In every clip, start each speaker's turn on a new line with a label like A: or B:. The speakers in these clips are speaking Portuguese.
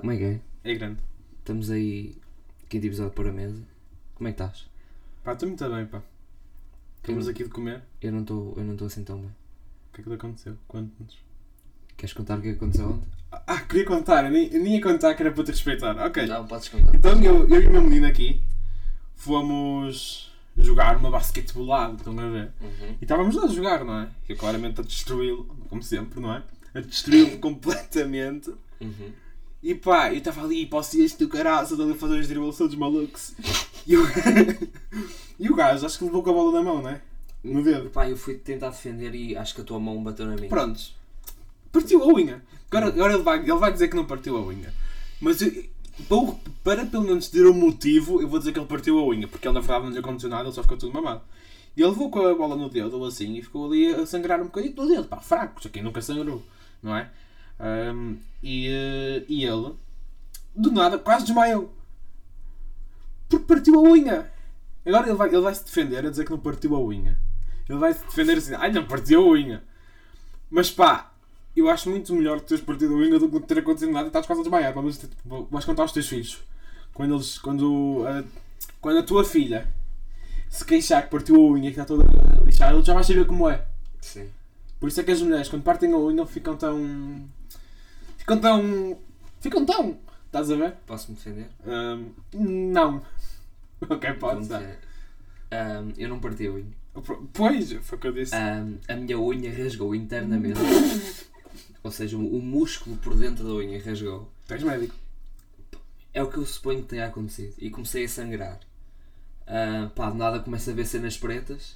A: Como é que é?
B: É grande.
A: Estamos aí, quinto episódio para a mesa. Como é que estás?
B: Pá, estou muito bem, pá. Estamos aqui de comer.
A: Eu não estou eu não estou assim tão bem.
B: O que é que te aconteceu? Conta-nos.
A: Queres contar o que aconteceu ontem?
B: Ah, queria contar. Eu nem, eu nem ia contar que era para te respeitar. Ok.
A: Não, podes contar.
B: Então eu, eu e o meu menino aqui fomos jogar uma basquetebolada, estão a ver?
A: Uhum.
B: E estávamos lá a jogar, não é? Eu claramente a destruí-lo, como sempre, não é? A destruí-lo completamente.
A: Uhum.
B: E pá, eu estava ali, posso ir do caraças, ali a fazer os dribles todos malucos. E o... e o gajo, acho que levou com a bola na mão, não é? No dedo.
A: Uhum. Pá, eu fui tentar defender e acho que a tua mão bateu na minha.
B: Prontos. Partiu a unha. Agora, agora ele, vai, ele vai dizer que não partiu a unha. Mas eu- para, o- para pelo menos dizer o motivo, eu vou dizer que ele partiu a unha, porque ele na verdade não lhe aconteceu nada, ele só ficou tudo mamado. E ele levou com a bola no dedo, ou assim, e ficou ali a sangrar um bocadinho do dedo, pá, fraco, isso aqui nunca sangrou, não é? Ahm, e, eh, e ele, do nada, quase desmaiou. Porque partiu a unha. Agora ele vai, ele vai se defender a dizer que não partiu a unha. Ele vai se defender assim, ai não partiu a unha. Mas pá, eu acho muito melhor tu teres partido a unha do que não ter acontecido nada e estás quase a desmaiar. Mas tipo, vais contar aos teus filhos. Quando eles. Quando a, quando a tua filha se queixar que partiu a unha e que está toda lixada, ele já vais saber como é.
A: Sim.
B: Por isso é que as mulheres, quando partem a unha, ficam tão. Ficam tão. Ficam tão. Estás a ver?
A: Posso-me defender?
B: Ahm, não. Ok,
A: Vou-me
B: pode ser.
A: defender. Ahm, eu não parti a unha.
B: Pois, foi o que eu disse.
A: Ahm, a minha unha rasgou internamente. Ou seja, o o músculo por dentro da unha rasgou.
B: Tu és médico.
A: É o que eu suponho que tenha acontecido. E comecei a sangrar. Ah, pá, de nada começo a ver cenas pretas.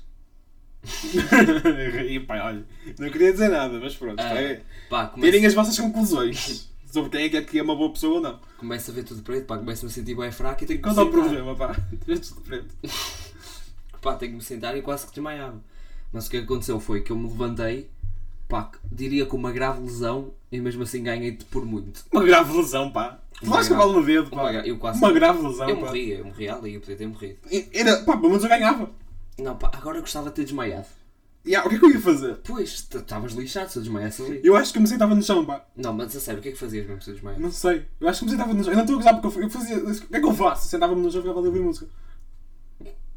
B: e pá, olha, não queria dizer nada, mas pronto.
A: Ah,
B: é-
A: Pá, começo,
B: Tirem as vossas conclusões sobre quem é que é que é uma boa pessoa ou não.
A: começo a ver tudo preto, pá, começo-me a sentir bem fraco e tenho que me
B: Qual é o
A: sentar.
B: problema, pá? Vês de frente.
A: Pá, tenho que me sentar e quase que desmaiava. Mas o que aconteceu foi que eu me levantei, pá, que diria com uma grave lesão e mesmo assim ganhei-te por muito.
B: Uma grave lesão, pá. Tu
A: Uma
B: vais com a
A: grave-
B: bola no dedo,
A: Uma
B: pá.
A: gra- eu quase-
B: Uma grave lesão,
A: Eu
B: pá.
A: morri, eu morri ali, eu podia ter morrido.
B: E- Era, pá, pelo menos eu ganhava.
A: Não, pá, agora eu gostava de ter desmaiado.
B: E ah, o que é que eu ia fazer?
A: Pois, tu estavas lixado se eu desmaiasse ali.
B: Eu acho que eu me sentava no chão, pá.
A: Não, mas a sério, o que é que fazias mesmo se eu desmaiasse?
B: Não sei. Eu acho que me sentava no chão. Eu não estou a gozar porque eu, fui- eu fazia. O que é que eu faço? Sentava-me no chão e ficava ali a ouvir música.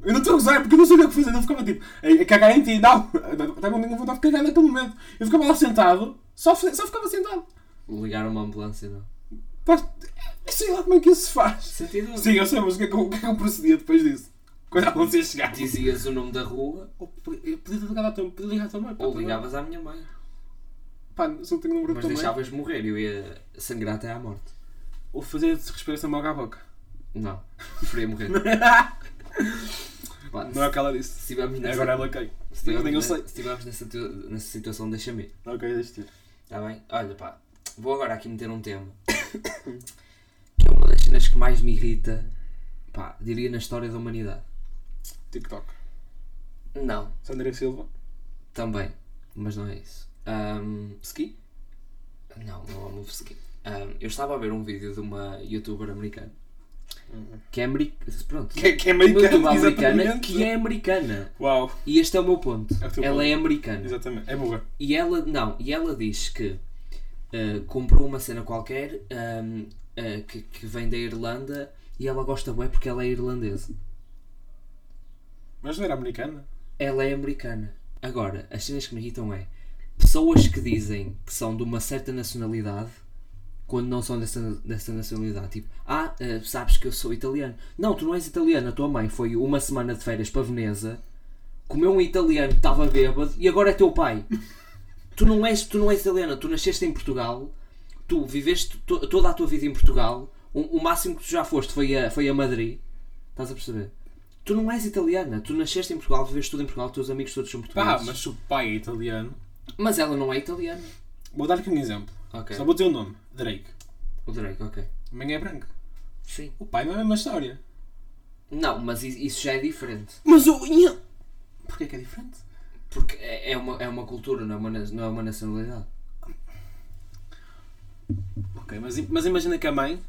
B: Eu não estou a gozar porque eu não sabia o que fazer. Eu ficava tipo, a cagar em ti, não. Estava com vontade de cagar naquele momento. Eu ficava lá sentado, só, fe- só ficava sentado.
A: Ligar uma ambulância, não.
B: Pá, eu sei lá como é que isso se faz.
A: Sentido.
B: Sim, eu sei, mas o que é que eu, o que é que eu procedia depois disso? Quando a vocês chegar.
A: Dizias o nome da rua
B: Eu podia ter ligado à tua, podia ligar à tua mãe. pá,
A: ou
B: também.
A: ligavas à minha mãe.
B: Pá, se não tenho o número da
A: Mas
B: tua mãe.
A: deixavas morrer, eu ia sangrar até à morte.
B: Ou fazer respiração boca à boca.
A: Não, preferia morrer. Pá,
B: Não é o
A: se
B: que ela disse.
A: estivermos nessa,
B: Agora ela cai.
A: se tivermos
B: nem eu
A: ne-
B: sei.
A: se tivermos nessa, tu- nessa situação, deixa-me ir.
B: Ok, deixa-te. ir.
A: Está bem? Olha, pá, vou agora aqui meter um tema. que é uma das cenas que mais me irrita, pá, diria na história da humanidade.
B: TikTok.
A: Não,
B: Sandra Silva.
A: também, mas não é isso. Ahm,
B: Ski.
A: Não, não há move skin. Ahm, eu estava a ver um vídeo de uma youtuber americana que é americana. Pronto.
B: Uhum. Que, que é
A: Uma youtuber
B: americana,
A: americana
B: exatamente.
A: que é americana.
B: Uau.
A: E este é o meu ponto.
B: É o teu
A: ela
B: ponto.
A: é americana.
B: Exatamente. É burra.
A: E ela, não, e ela diz que ah, comprou uma cena qualquer ahm, ah, que, que vem da Irlanda e ela gosta bem porque ela é irlandesa.
B: Mas não era americana.
A: Ela é americana. Agora, as cenas que me irritam é pessoas que dizem que são de uma certa nacionalidade quando não são dessa, dessa nacionalidade. Tipo, ah, eh, sabes que eu sou italiano. Não, tu não és italiano. A tua mãe foi uma semana de férias para Veneza, comeu um italiano que estava bêbado e agora é teu pai. tu, não és, tu não és italiana. Tu nasceste em Portugal, tu viveste to- toda a tua vida em Portugal. O, o máximo que tu já foste foi a, foi a Madrid. Estás a perceber? Tu não és italiana. Tu nasceste em Portugal, viveste tudo em Portugal, teus amigos todos são
B: Pá,
A: portugueses.
B: mas se o pai é italiano.
A: Mas ela não é italiana.
B: Vou dar-te um exemplo.
A: Ok.
B: Só vou ter o nome. Drake.
A: O Drake, ok.
B: A mãe é branca.
A: Sim.
B: O pai não é a mesma história.
A: Não, mas i- isso já é diferente.
B: Mas o. Porquê que é diferente?
A: Porque é é uma, é uma cultura, não é uma, na- não é uma nacionalidade.
B: Ok, mas, mas imagina que a mãe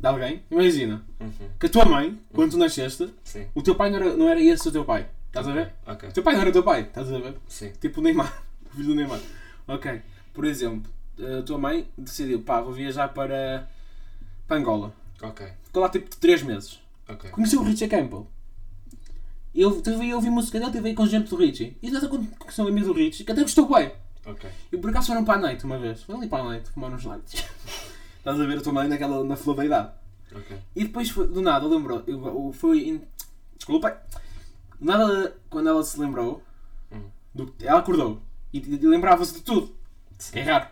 B: de alguém, imagina que a tua mãe, quando tu nasceste,
A: Sim.
B: o teu pai não era, não era esse o teu pai. Estás a ver?
A: Ok.
B: O teu pai não era o teu pai, estás a ver?
A: Sim.
B: Tipo o Neymar, o filho do Neymar. Ok, por exemplo, a tua mãe decidiu, pá, vou viajar para, para Angola.
A: Ok,
B: Ficou lá tipo 3 meses.
A: ok.
B: Conheci o Richie Campbell. Eu tive a ouvir música dele, tive aí com gente do Richie. E nós conhecemos um amigo do Richie, que até gostou bem.
A: Ok.
B: E por acaso foram para a noite uma vez. Foram ali para a noite, fumar uns lights. Estás a ver, eu estou ali naquela, na flor da idade.
A: Ok.
B: E depois, foi- do nada, lembrou. eu- eu- Foi. em- Desculpa. Do nada, quando ela se lembrou.
A: Hum.
B: do que- ela acordou. E, e lembrava-se de tudo. É raro.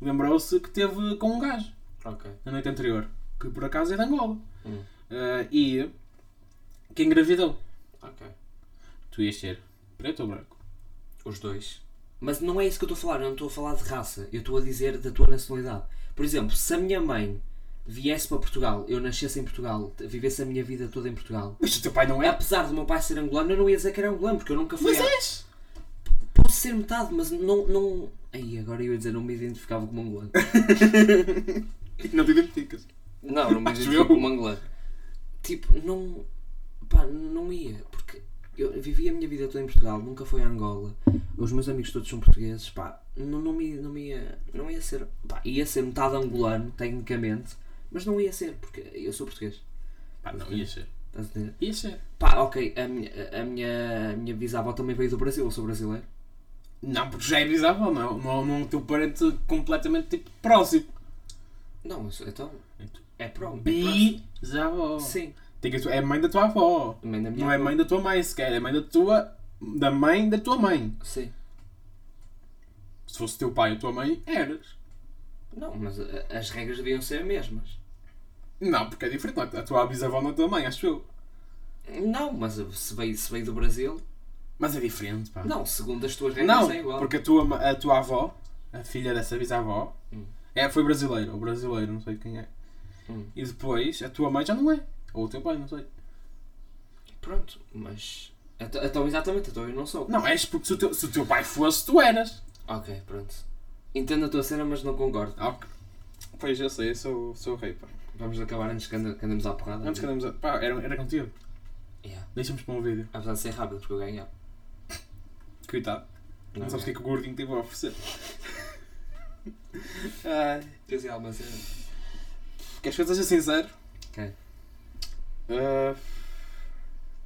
B: Lembrou-se que teve com um gajo
A: Ok.
B: na noite anterior. Que por acaso é de Angola.
A: Hum.
B: Eh, e. que engravidou.
A: Ok.
B: Tu ias ser preto ou branco?
A: Os dois. Mas não é isso que eu estou a falar, eu não estou a falar de raça, eu estou a dizer da tua nacionalidade. Por exemplo, se a minha mãe viesse para Portugal, eu nascesse em Portugal, vivesse a minha vida toda em Portugal,
B: Mas o teu pai não é.
A: apesar do meu pai ser angolano, eu não ia dizer que era angolano, porque eu nunca fui.
B: Mas é és!
A: Posso ser metade, mas não. não... Aí agora eu ia dizer, não me identificava como angolano.
B: Não te identificas.
A: Não, não me
B: Acho
A: identifico
B: eu.
A: como angolano. Tipo, não. Pá, não ia. Porque eu vivi a minha vida toda em Portugal, nunca fui a Angola. Os meus amigos todos são portugueses, pá. Não, não, me, não me ia. Não ia ser. Pá, ia ser metade angolano, tecnicamente. Mas não ia ser, porque eu sou português.
B: Pá, não, ia ser.
A: Estás a entender?
B: Ia ser.
A: Pá, ok, a minha, a minha, a minha bisavó também veio do Brasil, eu sou brasileiro.
B: Não, porque já é visável, não. Não, não é o teu parente completamente tipo próximo.
A: Não, eu sou, então. É pro. É
B: Bisavó.
A: pro. Sim.
B: Tem que- É mãe da tua avó.
A: Mãe da minha
B: Não é
A: avó.
B: mãe da tua mãe sequer, é mãe da tua. da mãe da tua mãe.
A: Sim.
B: Se fosse teu pai ou tua mãe, eras.
A: Não, mas a- as regras deviam ser as mesmas.
B: Não, porque é diferente. não é? A tua bisavó não é tua mãe, acho eu.
A: Não, mas se veio, se veio do Brasil.
B: Mas é diferente, pá.
A: Não, segundo as tuas regras
B: Não,
A: é igual.
B: porque a tua, ma- a tua avó, a filha dessa bisavó,
A: Hum.
B: é, foi brasileira, ou brasileiro, não sei quem é.
A: Hum.
B: E depois a tua mãe já não é. Ou o teu pai, não sei.
A: Pronto, mas. Então, então, exatamente, então eu não sou.
B: Não, és porque se o teu, se o teu pai fosse, tu eras.
A: Ok, pronto. Entendo a tua cena, mas não concordo.
B: Ah, ok. Pois eu sei, eu sou, sou o rei, pá.
A: Vamos acabar antes que, anda, que andemos à porrada.
B: Antes que andamos a. Pá, era, era contigo.
A: Yeah.
B: Deixa-me para um vídeo.
A: Apesar de ser rápido, porque eu ganhei.
B: Coitado. Não, sabes o que é que o gordinho teve a oferecer. Ai.
A: Tens aí alguma cena?
B: Queres que eu seja sincero?
A: Ok.
B: Ah,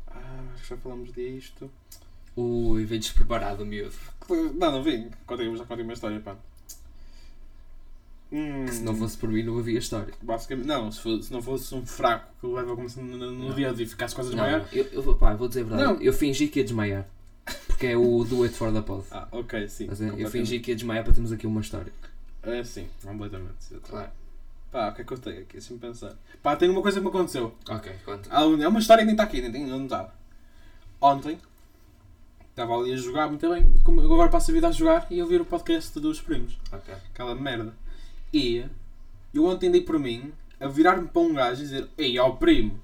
B: ah, acho que já falamos disto.
A: Ui, veio despreparado, miúdo.
B: Não, não vim. Contei, já contei uma história, pá. Hum,
A: Que se não fosse por mim, não havia história.
B: Basicamente, não, se, fosse, se não fosse um fraco que leva como se no, no- no
A: Não.
B: dia a dia ficasse quase a
A: Não,
B: desmaiar.
A: não, eu, eu vou- pá, eu vou dizer a verdade.
B: Não.
A: Eu fingi que ia desmaiar. Porque é o Do It for the Pod.
B: Ah, ok, sim.
A: Estás a ver? eu
B: completamente.
A: fingi que ia desmaiar para termos aqui uma história.
B: Ah, sim, completamente.
A: Claro.
B: Pá, o que é que eu tenho aqui? Deixa-me pensar. Pá, tem uma coisa que me aconteceu.
A: Ok, conta.
B: Há um- É uma história que nem está aqui, nem tem- não estava. Ontem estava ali a jogar muito bem. Como eu agora passo a vida a jogar e a ouvir o podcast dos primos.
A: Ok.
B: Aquela merda. E eu ontem dei por mim a virar-me para um gajo e dizer Ei, ao primo,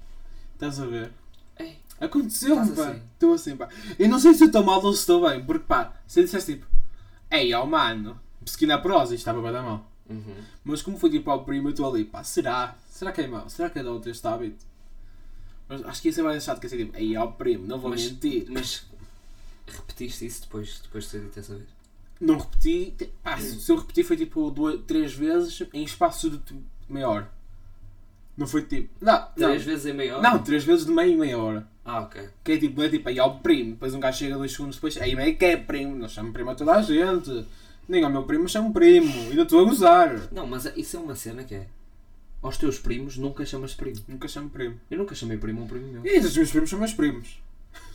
B: estás a ver?
A: Ei,
B: Aconteceu-me,
A: Estás
B: pá.
A: assim?
B: Estou assim, pá. Eu não sei se eu estou mal ou se estou bem, porque pá, se eu dissesse tipo Ei, ao mano, pesquina prosa, isto estava bem da mão.
A: uhum.
B: Mas como foi tipo ao primo, eu estou ali, pá, será? Será que é mau? Será que é da outra este hábito? Mas acho que isso é mais chato que é assim, tipo, ei, ao primo, não vou
A: Mas-
B: mentir.
A: Mas repetiste isso depois, depois de ter dito essa vez?
B: Não repeti, te-
A: É.
B: pá, se se eu repeti foi tipo duas, três vezes em espaço de tipo, meia hora. Não foi tipo, não,
A: Três
B: não,
A: vezes em meia hora?
B: não, três vezes de meia em meia hora.
A: Ah, ok.
B: Que é tipo, não é tipo, aí ao primo, depois um gajo chega dois segundos depois, aí meio que é primo, não chamo primo a toda a gente. Nem ao meu primo, chamo primo, ainda estou a gozar.
A: Não, mas isso é uma cena que é. Aos teus primos nunca chamas primo.
B: Nunca chamo primo.
A: Eu nunca chamei primo a um primo meu.
B: E esses meus primos são meus primos.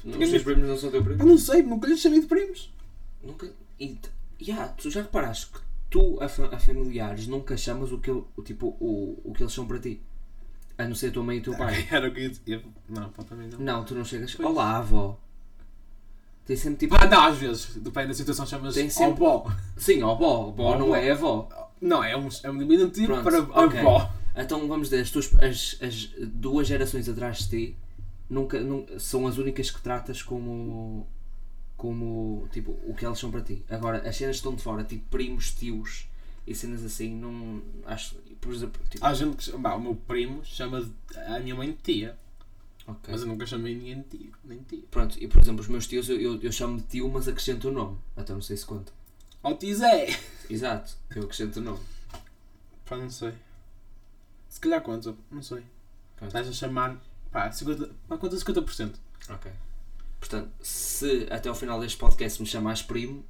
A: Os teus primos não são teu
B: Eu
A: primo?
B: não sei, nunca lhes chamei de primos.
A: Nunca. E. t- Yeah, tu já reparaste que tu a, fa- a familiares nunca chamas o que, eu- o, tipo, o, o que eles são para ti. A não ser a tua mãe e o teu pai.
B: Era o que eu ia dizer. Não, pá, também não.
A: Não, tu não chegas. Olá, avó. Tem sempre tipo.
B: Pá, não, às vezes, depende da situação, chamas
A: Tem
B: Tem
A: sempre-
B: avó.
A: Sim, ó, avó. Avó
B: Ó,
A: não
B: vó.
A: é avó.
B: Não, é um, é um diminutivo
A: Pronto,
B: para
A: ok.
B: avó.
A: Então vamos dizer, as, tuas, as, as duas gerações atrás de ti nunca, nun- são as únicas que tratas como como tipo o que elas são para ti. Agora, as cenas que estão de fora, tipo primos, tios e cenas assim, não acho. Por exemplo, tipo,
B: Há gente que chama, pá, o meu primo chama de- a minha mãe de tia,
A: ok.
B: mas eu nunca chamei ninguém de tio, nem tia.
A: Pronto, e por exemplo, os meus tios eu, eu, eu chamo de tio, mas acrescento o nome. Então não sei se conta.
B: Ó tio Zé!
A: Exato, eu acrescento o nome.
B: Pá, não sei. Se calhar quanto? Não sei.
A: Quanto?
B: Estás a chamar. Pá, 50%. Pá, quanto é 50%?
A: Ok. Portanto, se até ao final deste podcast me chamares primo,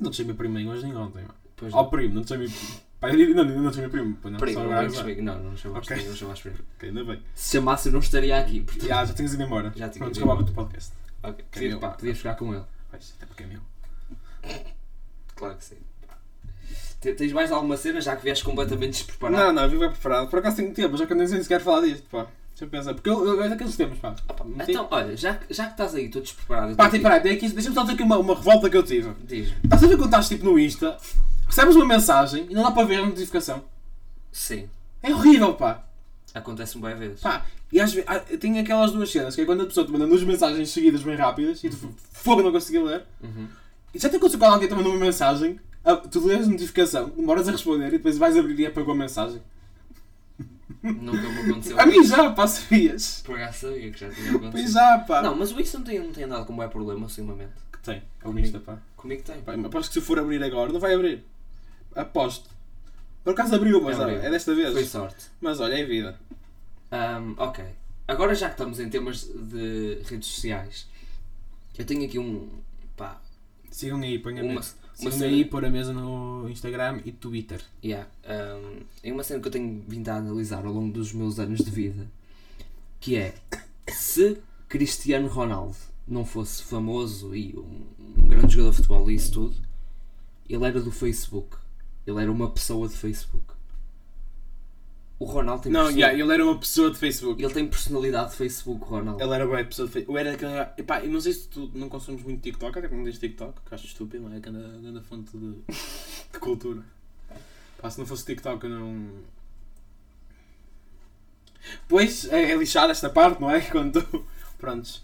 B: Não te chamei primo nem hoje nem ontem. mano.
A: depois.
B: Ó primo, não te chamei. Pá, eu não, não te chamei primo. Pá, não,
A: primo,
B: só
A: não, é
B: agora.
A: vem comigo. não, não chamaste
B: Ok.
A: primo, não chamaste primo.
B: Ok, ainda bem.
A: Se chamasse, eu não estaria aqui. Portanto,
B: Já, já tinhas ido embora.
A: Já tinha
B: Pronto,
A: ido
B: acabava
A: embora.
B: o podcast.
A: Ok,
B: Quem é
A: podias,
B: eu?
A: pá, podias ficar com ele.
B: Pois, até porque é meu.
A: Claro que sim. Te- Tens mais alguma cena já que vieste completamente despreparado?
B: Não, não, eu vivo é preparado. Por acaso tenho tempo, já que eu nem sei sequer falar disto, pá. Deixa eu pensar. Porque eu, eu gosto daqueles temas, pá. Não tem-
A: Então, olha, já, que- já que estás aí, estou despreparado. eu
B: Pá,
A: tô
B: tem,
A: aqui.
B: peraí, tem aqui- deixa-me só dizer aqui uma, uma revolta que eu tive.
A: Diz-me.
B: Estás a ver quando estás tipo no Insta, recebes uma mensagem e não dá para ver a notificação.
A: Sim,
B: É horrível, pá.
A: acontece-me bem vezes.
B: Pá, e às vezes, tem aquelas duas cenas, que é quando a pessoa te manda duas mensagens seguidas bem rápidas e tu fogo não consegui ler.
A: Uhum.
B: E já te aconteceu quando alguém te manda uma mensagem, a- tu lês a notificação, demoras a responder e depois vais abrir e apagou a mensagem.
A: Nunca me aconteceu.
B: A mim já, pá, sabias?
A: Por acaso sabia que já tinha acontecido.
B: Pois já, pá.
A: Não, mas o isso não tem, não tem andado com um problema, ultimamente.
B: Que tem, é o Insta, pá.
A: Comigo tem.
B: Pá, mas aposto que se eu for abrir agora, não vai abrir. Aposto. Por acaso abriu, mas
A: Abriu.
B: olha, é desta vez.
A: Foi sorte.
B: Mas olha, é vida.
A: Ahm, ok. Agora já que estamos em temas de redes sociais, eu tenho aqui um. pá.
B: Sigam aí, ponham
A: Uma, uma
B: Sigam aí
A: cena.
B: pôr a mesa no Instagram e Twitter.
A: Yeah, ahm, é uma cena que eu tenho vindo a analisar ao longo dos meus anos de vida. Que é. Se Cristiano Ronaldo não fosse famoso e um, um grande jogador de futebol e isso tudo, ele era do Facebook. Ele era uma pessoa de Facebook. O Ronaldo tem
B: Não,
A: person-
B: yeah, ele era uma pessoa de Facebook.
A: Ele tem personalidade de Facebook, Ronaldo.
B: Ele era uma pessoa de Facebook. Eu era aquela. Epá, eu não sei se tu não consumes muito TikTok, até que não tens TikTok, que acho estúpido, não é? Que anda, anda fonte de, de cultura. Pá, se não fosse TikTok eu não. Pois, é, é lixada esta parte, não é? Quando tu. Prontos.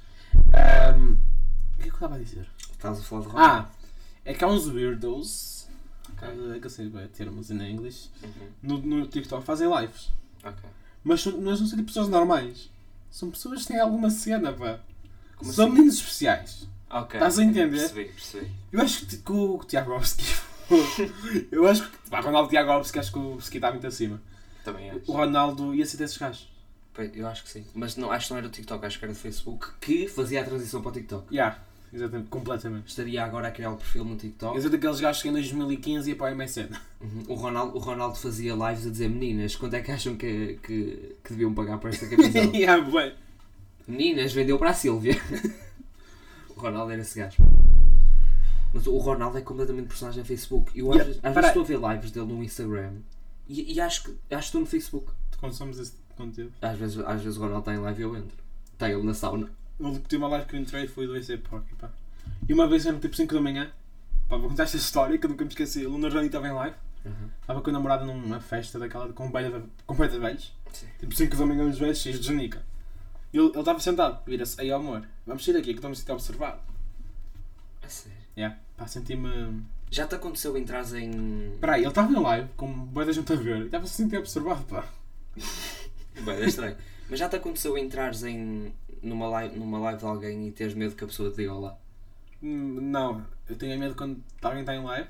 B: Ahm, o que é que eu estava a dizer?
A: Estás a falar de Ronaldo?
B: Ah, é que há uns weirdos.
A: Ok.
B: É que eu sei bem termos em inglês. No, no TikTok fazem lives.
A: Ok.
B: Mas, são- mas não são tipo pessoas normais. São pessoas que têm alguma cena, pá.
A: Como
B: são
A: assim?
B: meninos especiais.
A: Ok.
B: Estás a entender?
A: Percebi, percebi.
B: Eu acho que, ti- que o, que o Tiago Obski. eu acho que. Pá, Ronaldo Tiago Obski, acho que o Ski está muito acima.
A: Também
B: O
A: acho.
B: Ronaldo ia ser desses gajos.
A: Pois, Eu acho que sim. Mas não, acho que não era do TikTok, acho que era do Facebook que fazia a transição para o TikTok.
B: Yeah, exatamente, completamente.
A: Estaria agora a criar o perfil no TikTok.
B: Eu sou daqueles gajos que em 2015 ia para o MSN.
A: Uhum. O, Ronaldo, o Ronaldo fazia lives a dizer meninas, quanto é que acham que, que, que deviam pagar por esta camisola?
B: yeah, bué.
A: meninas, vendeu para a Silvia. o Ronaldo era esse gajo. Mas o Ronaldo é completamente personagem no Facebook. Eu às,
B: Yeah,
A: vezes- às
B: peraí.
A: vezes estou a ver lives dele no Instagram e, e acho, que, acho que estou no Facebook.
B: Consomos esse conteúdo.
A: Às vezes, às vezes o Ronaldo está em live e eu entro. Está ele na sauna.
B: O último uma live que eu entrei foi do EC Park, pá. E uma vez eram tipo 5 da manhã, pá, vou contar esta história que eu nunca me esqueci. A Luna Rani estava em live,
A: Uhum.
B: estava com a namorada numa festa daquela com beira com beira de velhos,
A: Sim.
B: tipo 5 da manhã, uns velhos, cheios de janica. E ele ele estava sentado, vira-se, ei amor, vamos sair daqui que estou-me a sentir observado.
A: A sério.
B: Yeah. Pá, senti-me.
A: Já te aconteceu entrares em.
B: Peraí, ele estava em live, com boia da gente a ver, e estava-se a sentir observado, pá.
A: Bem, é estranho. Mas já te aconteceu entrares em. Numa live, numa live de alguém e teres medo que a pessoa te diga olá?
B: Hum, Não, eu tenho medo quando alguém está em live.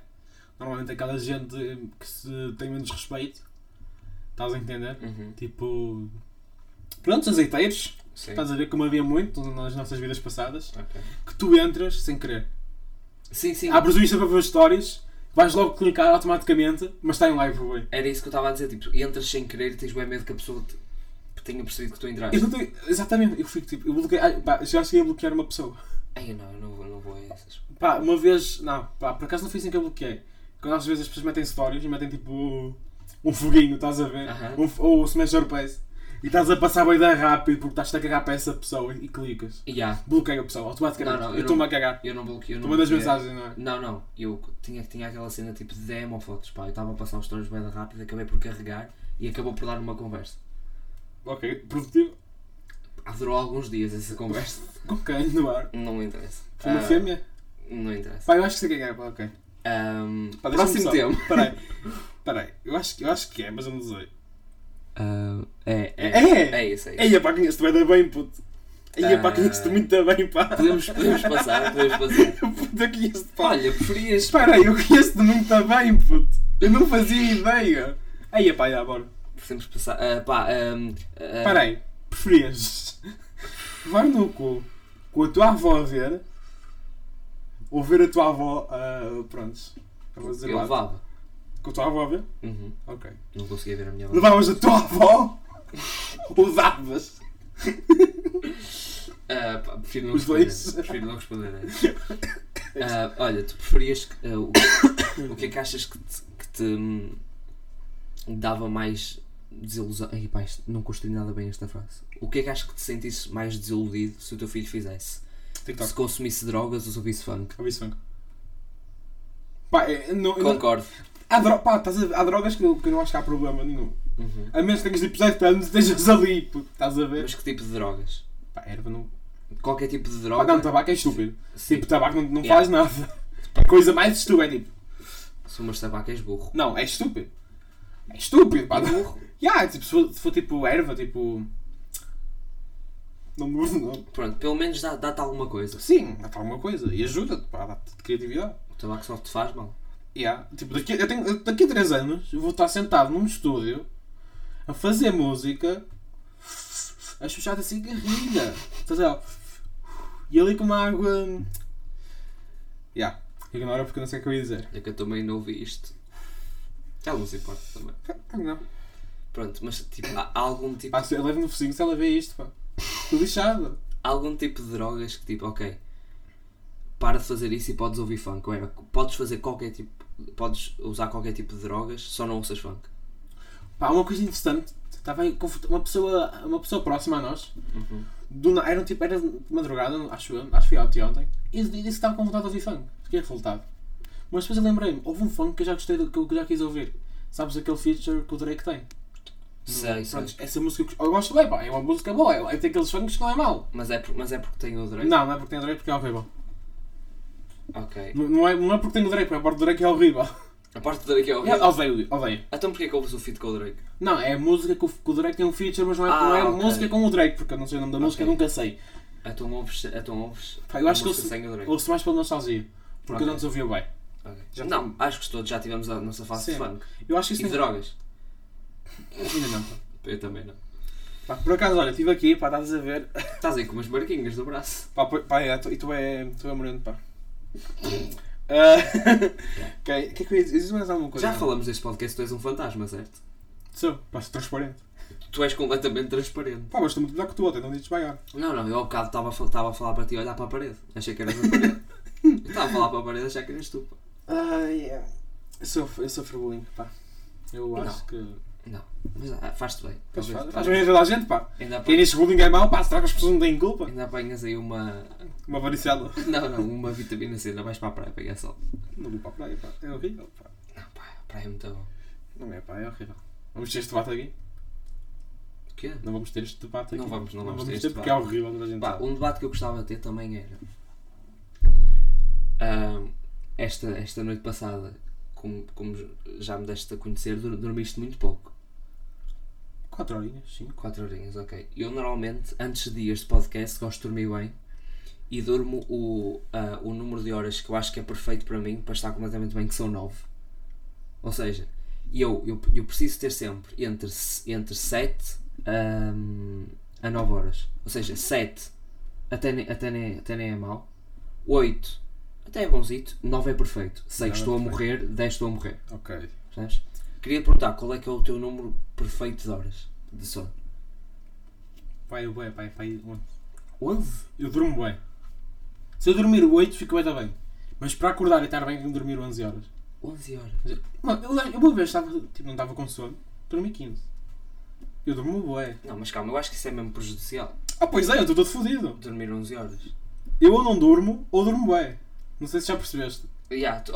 B: Normalmente aquela gente hum, que se tem menos respeito. Estás a entender?
A: Uhum.
B: Tipo. Pronto, azeiteiros.
A: Sim.
B: Estás a ver como havia muito nas nossas vidas passadas.
A: Ok.
B: Que tu entras sem querer.
A: Sim, sim.
B: Abres o Insta para ver stories, vais logo clicar automaticamente, mas está em live, boy.
A: Era isso que eu estava a dizer. Tipo, entras sem querer e tens bem medo que a pessoa te... tenha percebido que tu entraste.
B: Eu não tenho. Exatamente, eu fico tipo. Eu bloqueei. ah, pá, já cheguei a bloquear uma pessoa.
A: Ai, eu não, eu não vou, não vou a essas.
B: Pá, uma vez. Não, pá, por acaso não foi assim que eu bloqueei. Quando às vezes as pessoas metem stories e metem tipo. Um foguinho, estás a ver?
A: Aham.
B: Um f- ou o Smash Your Pace. E estás a passar bem da rápido porque estás a cagar para essa pessoa e, e clicas.
A: E há.
B: Bloqueia a pessoa, automaticamente.
A: Não, não, eu
B: eu estou-me a cagar.
A: Eu não bloqueei. eu
B: Tu
A: não
B: mandas
A: bloqueei.
B: mensagens, não é?
A: Não, não, eu tinha, tinha aquela cena tipo de DM ou fotos, pá. Eu estava a passar os stories bem rápido, acabei por carregar e acabou por dar uma conversa.
B: Ok, produtivo.
A: Ah, Durou alguns dias essa conversa.
B: Com quem? No ar.
A: Não me interessa.
B: Foi uma
A: Ah,
B: fêmea?
A: Não interessa.
B: Pá, eu acho que sei quem é, pá, ok.
A: Ahm,
B: Pá, deixa-me
A: próximo
B: só-
A: tema.
B: Peraí. Peraí, eu acho, que- eu acho que é, mas eu não sei.
A: Ahm, é, é,
B: É!
A: é isso, é isso.
B: Eia, pá, conheço-te bem, bem, puto. Eia, pá,
A: Ah.
B: conheço-te muito bem, pá.
A: Podemos, podemos passar, podemos passar.
B: Puto, eu conheço-te, pá.
A: Olha, preferias.
B: Espera aí, eu conheço-te muito bem, puto. Eu não fazia ideia. Aí, pá, já, bora.
A: preferimos passar. ah, pá, ahm, ah,
B: Peraí, preferias levar no cu com a tua avó a ver ou ver a tua avó a. pronto. Eu vou dizer
A: eu
B: lá.
A: levava.
B: Com a tua avó a ver?
A: Uhum.
B: Ok.
A: Não conseguia ver a minha avó.
B: Levavas a tua avó ou davas?
A: Ah, pá, prefiro não
B: Os
A: responder.
B: dois.
A: Prefiro não responder. é. Ah, olha, tu preferias. que- ah, o, o que é que achas que te, que te, hum, dava mais desilusão? Ai, pá, isto- não construí nada bem esta frase. O que é que achas que te sentisse mais desiludido se o teu filho fizesse?
B: TikTok.
A: Se consumisse drogas ou se ouvisse funk?
B: Ouvi funk. Pá, é, não, não-
A: Concordo.
B: há, dro- pá, estás a ver? Há drogas que, eu- que eu não acho que há problema nenhum.
A: Uhum.
B: A menos que tenhas tipo 7 anos e estejas ali, puto, estás a ver?
A: Mas que tipo de drogas?
B: Pá, erva não.
A: Qualquer tipo de
B: Pá,
A: droga.
B: não, tabaco é estúpido.
A: Sim,
B: Tipo, tabaco não, não
A: Yeah.
B: faz nada. A coisa mais estúpida é tipo,
A: se umas tabaco és burro.
B: não, é estúpido. É estúpido, pá.
A: É
B: Não.
A: burro.
B: Yeah, tipo, se for, se for tipo erva, tipo. Não me lembro, não.
A: Pronto, pelo menos dá- dá-te alguma coisa.
B: Sim, dá-te alguma coisa e ajuda-te, pá, dá-te criatividade.
A: O tabaco só te faz mal.
B: Yeah. Tipo, daqui, eu tenho, eu- daqui a 3 anos eu vou estar sentado num estúdio a fazer música a chuchar da cigarrilha. Estás a ver? E ali com uma água. hum, Yeah. Ignora porque eu não sei o que eu ia dizer.
A: É que eu também não ouvi isto. Ela não se importa também.
B: Não.
A: Pronto, mas tipo, há algum tipo,
B: Pá, se eu levo no focinho se ela vê isto, pá. Estou lixado.
A: algum tipo de drogas que tipo, ok, para de fazer isso e podes ouvir funk. Ou é, podes fazer qualquer tipo, podes usar qualquer tipo de drogas, só não ouças funk.
B: Pá, uma coisa interessante. Estava aí confort- uma pessoa, uma pessoa próxima a nós.
A: Uhum.
B: Do, na- era um tipo, era de madrugada, acho eu, acho que foi ontem, ontem. E ele disse que estava com vontade de ouvir funk. Fiquei revoltado. Mas depois eu lembrei-me, houve um funk que eu já gostei, do- que eu já quis ouvir. Sabes aquele feature que o Drake tem?
A: Sei, sei.
B: Pronto, essa música eu gosto bem, pá. É uma música boa. É, é daqueles funks que não é mau.
A: Mas é, por- mas é porque tenho o direito.
B: Não, não é porque tem o Drake porque é horrível.
A: Ok.
B: Não, não, é, não é porque tem o Drake, é porque o Drake é horrível.
A: A parte do Drake é
B: Eu
A: horrível.
B: odeio, odeio.
A: Então porquê que ouves o feat com o Drake?
B: Não, é a música que o, que o Drake tem um feature, mas não é,
A: Ah,
B: não é
A: ok.
B: música com o Drake, porque eu não sei o nome da música,
A: Ok.
B: nunca sei.
A: Então ouves, então ouves
B: Pá, eu
A: a
B: acho que
A: música
B: ouço-
A: sem o Drake.
B: Ouço mais pela nostalgia, porque
A: Ok.
B: eu não desouvia bem.
A: Ok.
B: Já
A: Não, acho que todos já tivemos a nossa fase de
B: Sim.
A: funk.
B: Eu acho que
A: E
B: isso é.
A: de
B: tem...
A: drogas.
B: Ainda não. pá.
A: Eu também não.
B: Pá, por acaso, olha, estive aqui, pá, estás a ver.
A: Estás aí com umas marquinhas no braço.
B: Pá, pô- pá, é, tu- e tu é, tu é moreno, pá. Ah, ok, o que é que eu ia dizer? Diz mais alguma coisa?
A: Já falamos deste podcast, tu és um fantasma, certo?
B: Sou, pá, sou transparente.
A: Tu és completamente transparente.
B: Pá, mas estou muito melhor que tu ontem, não dizes baiar.
A: Não, não, eu há bocado estava a fal- estava a falar para ti olhar para a parede. Achei que eras a parede. Eu Estava a falar para a parede, achei que eras tu. pá.
B: Ah, yeah. Eu sou, eu sou bullying, pá. Eu acho que... tá.
A: Não, mas ah, faz-te bem.
B: Pois
A: Talvez-
B: faz, faz
A: talvez-
B: bem a toda a gente, pá.
A: Ainda,
B: Quem
A: apanhas,
B: diz que bullying é mau, pá, será que as pessoas não têm culpa?
A: ainda apanhas aí uma.
B: Uma varicela.
A: Não, não, uma vitamina C, ainda vais para a praia pegar sol.
B: Não vou para a praia, pá. É horrível, pá.
A: Não, pá, a praia é muito bom.
B: Não é, pá, é horrível. Vamos ter este debate aqui?
A: O quê?
B: Não vamos ter este debate aqui.
A: Não vamos, não vamos ter este
B: porque é horrível toda a gente.
A: Pá,
B: sabe.
A: um debate que eu gostava de ter também era. ahm, esta, esta noite passada, como, como já me deste a conhecer, dur- dormiste muito pouco.
B: Quatro horinhas, sim.
A: 4 horinhas, ok. Eu normalmente, antes de este podcast, gosto de dormir bem e durmo o, ah, o número de horas que eu acho que é perfeito para mim, para estar completamente bem, que são 9. Ou seja, eu, eu, eu preciso ter sempre entre, se- entre 7 ahm, a 9 horas. Ou seja, 7 até, ne- até, nem, até nem é mau, 8 até é bonzito, 9 é perfeito. 6
B: Nove é
A: estou a
B: perfeito.
A: morrer, 10 estou a morrer.
B: Ok.
A: Percebes? Queria perguntar qual é que é o teu número perfeito de horas de sono?
B: Pai, eu bué, pai, pai. um.
A: 11?
B: Eu durmo bem. Se eu dormir 8, fico bem também. Mas para acordar e estar bem, tenho que dormir 11 horas.
A: 11 horas.
B: Mano, eu, eu uma vez estava, tipo, não estava com sono, dormi 15. Eu durmo bem.
A: Não, mas calma, eu acho que isso é mesmo prejudicial.
B: Ah, pois é, eu estou todo fodido.
A: Dormir 11 horas.
B: Eu ou não durmo, ou durmo bem. Não sei se já percebeste.
A: Yeah, tu-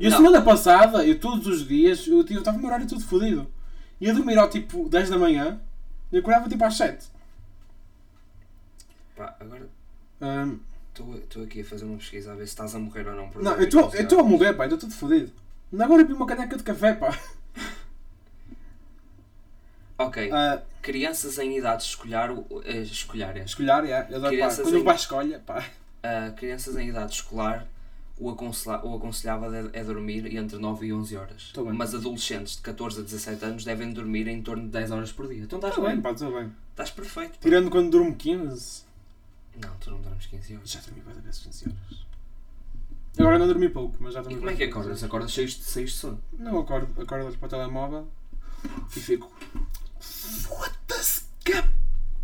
B: E a
A: Não.
B: semana passada, eu todos os dias, eu estava no meu horário todo fodido. Ia dormir ao tipo 10 da manhã e acordava tipo às 7.
A: Pá, agora
B: Ahm,
A: estou aqui a fazer uma pesquisa a ver se estás a morrer ou não. por
B: não,
A: dormir
B: eu estou
A: 11
B: eu estou a
A: horas.
B: morrer, pá, eu estou todo fodido. Ainda Agora eu bebi uma caneca de café, pá.
A: Ok,
B: Ah,
A: crianças em idade escolar. eh, escolar é.
B: escolher, é. Eu adoro, pá,
A: Crianças
B: quando eu
A: em-
B: vou à escolha, pá.
A: Ah, crianças em idade escolar o, aconselha, o aconselhava a, a dormir entre 9 e 11 horas.
B: Tá bem.
A: Mas adolescentes de 14 a 17 anos devem dormir em torno de 10 horas por dia. Então estás
B: Está
A: bem,
B: Tá bem, pá, está bem.
A: estás perfeito. pá.
B: Tirando quando durmo 15.
A: Não, tu não dormes 15 horas.
B: Já dormi várias vezes 15 horas. Agora não dormi pouco, mas já dormi
A: E como é que
B: várias vezes.
A: acordas? Acordas cheios de, cheios de sono.
B: Não, acordo, acordo para o telemóvel e fico. Foda-se que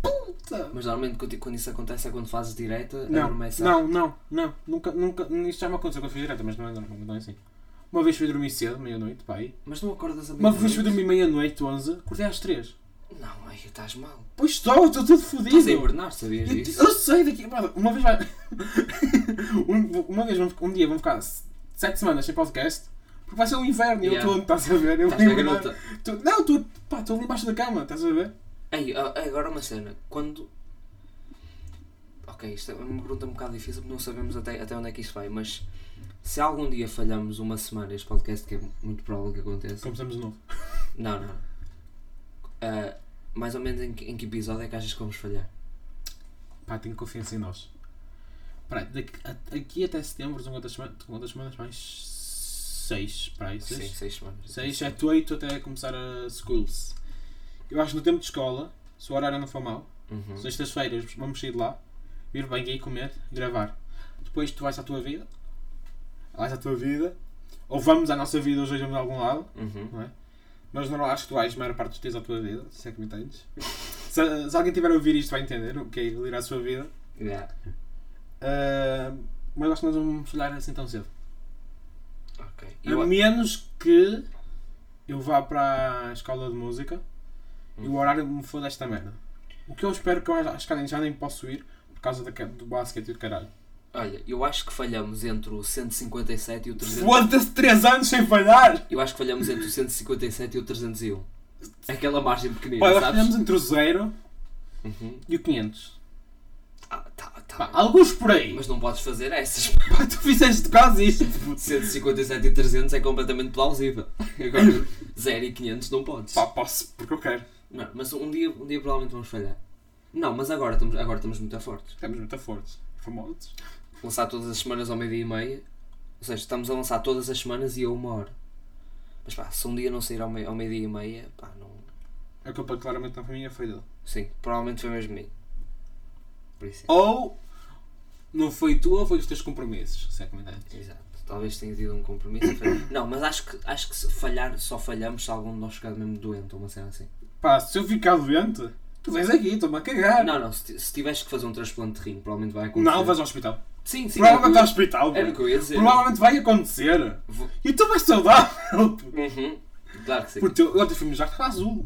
B: puta!
A: Mas normalmente quando, quando isso acontece é quando fazes direta,
B: Não,
A: adormeces.
B: não, não, não, nunca, nunca, isto já me aconteceu quando fui direta, mas não é normal, não é assim. Uma vez fui dormir cedo, meia-noite, pai.
A: Mas não acordas a
B: Uma
A: meia-noite?
B: vez fui dormir meia-noite, 11, acordei às 3.
A: Não, aí estás mal.
B: Pois estou, estou todo
A: Estás a
B: fodido.
A: hibernar, sabias
B: Eu,
A: disso?
B: eu sei daqui. mano, Uma vez vai. um, uma vez, vamos- um dia vão ficar s- sete semanas sem podcast. Porque vai ser um inverno e eu
A: Yeah.
B: estou onde estás a ver? Eu
A: Estás na
B: vou-
A: garota.
B: Tô- não, estou pá, estou ali embaixo da cama, estás a ver?
A: Ei, a- agora uma cena. Quando. Ok, isto é uma pergunta um bocado difícil porque não sabemos até, até onde é que isto vai, mas se algum dia falhamos uma semana este podcast, que é muito provável que aconteça.
B: Começamos de novo.
A: Não, não. Ah, mais ou menos em que, em que episódio é que achas que vamos falhar?
B: Pá, tenho confiança em nós. Peraí, daqui, a- aqui até setembro são quantas semanas? Quantas semanas mais? Seis, peraí,
A: Sim,
B: seis.
A: seis semanas.
B: Seis, sete, oito até começar a schools. Eu acho que no tempo de escola, se o horário não for mau,
A: Uhum.
B: Sextas-feiras vamos sair de lá, vir bem aí comer, gravar. Depois tu vais à tua vida, vais à tua vida, ou vamos à nossa vida, hoje vamos a algum lado,
A: Uhum.
B: mas não acho que tu vais a maior parte dos dias à tua vida, se é que me entendes. se, se alguém tiver a ouvir isto vai entender o que é ir à sua vida.
A: Yeah.
B: Ah, mas acho que nós não vamos olhar assim tão cedo.
A: Ok.
B: A
A: Eu-
B: menos que eu vá para a escola de música e o horário me for desta merda. O que eu espero que eu acho que já nem posso ir por causa da, do basquete e do caralho.
A: olha, eu acho que falhamos entre o 157 e o 300.
B: Foda-se 3 anos sem falhar!
A: Eu acho que falhamos entre o 157 e o 301. Aquela margem pequenina,
B: Olha, nós
A: sabes?
B: falhamos entre o 0
A: Uhum.
B: e o 500.
A: Ah, tá, tá.
B: Pá, alguns por aí.
A: Mas não podes fazer essas.
B: Pá, tu fizeste quase isto. puto.
A: 157 e 300 é completamente plausível. Agora, 0 e 500 não podes.
B: Pá, posso, porque eu quero.
A: Não, mas um dia, um dia provavelmente vamos falhar. Não, mas agora estamos, agora estamos muito fortes.
B: Estamos muito fortes. Famosos.
A: Lançar todas as semanas ao meio-dia e meia. Ou seja, estamos a lançar todas as semanas e a uma hora. Mas pá, se um dia não sair ao, mei- ao meio-dia e meia, pá, não.
B: A culpa claramente na família foi dele.
A: Sim, provavelmente foi mesmo mim. Por isso
B: Ou não foi tua, foi os teus compromissos. Se é que me entendes.
A: é. Exato. Talvez tenha tido um compromisso. Não, mas acho que, acho que se falhar, só falhamos se algum de nós ficar mesmo doente ou uma cena assim.
B: Pá, se eu ficar doente, tu vens aqui, estou-me a cagar. Não,
A: Não, não, se, ti- se tiveres que fazer um transplante de rim, provavelmente vai acontecer.
B: não vais ao hospital.
A: Sim, sim. era o que
B: Provavelmente
A: eu-
B: ao hospital,
A: Era o que
B: puto.
A: eu ia dizer.
B: Provavelmente vai acontecer.
A: Vou-
B: E tu vais saudável, puto.
A: Uhum. Claro que sim.
B: Porque eu ontem fui já estava azul.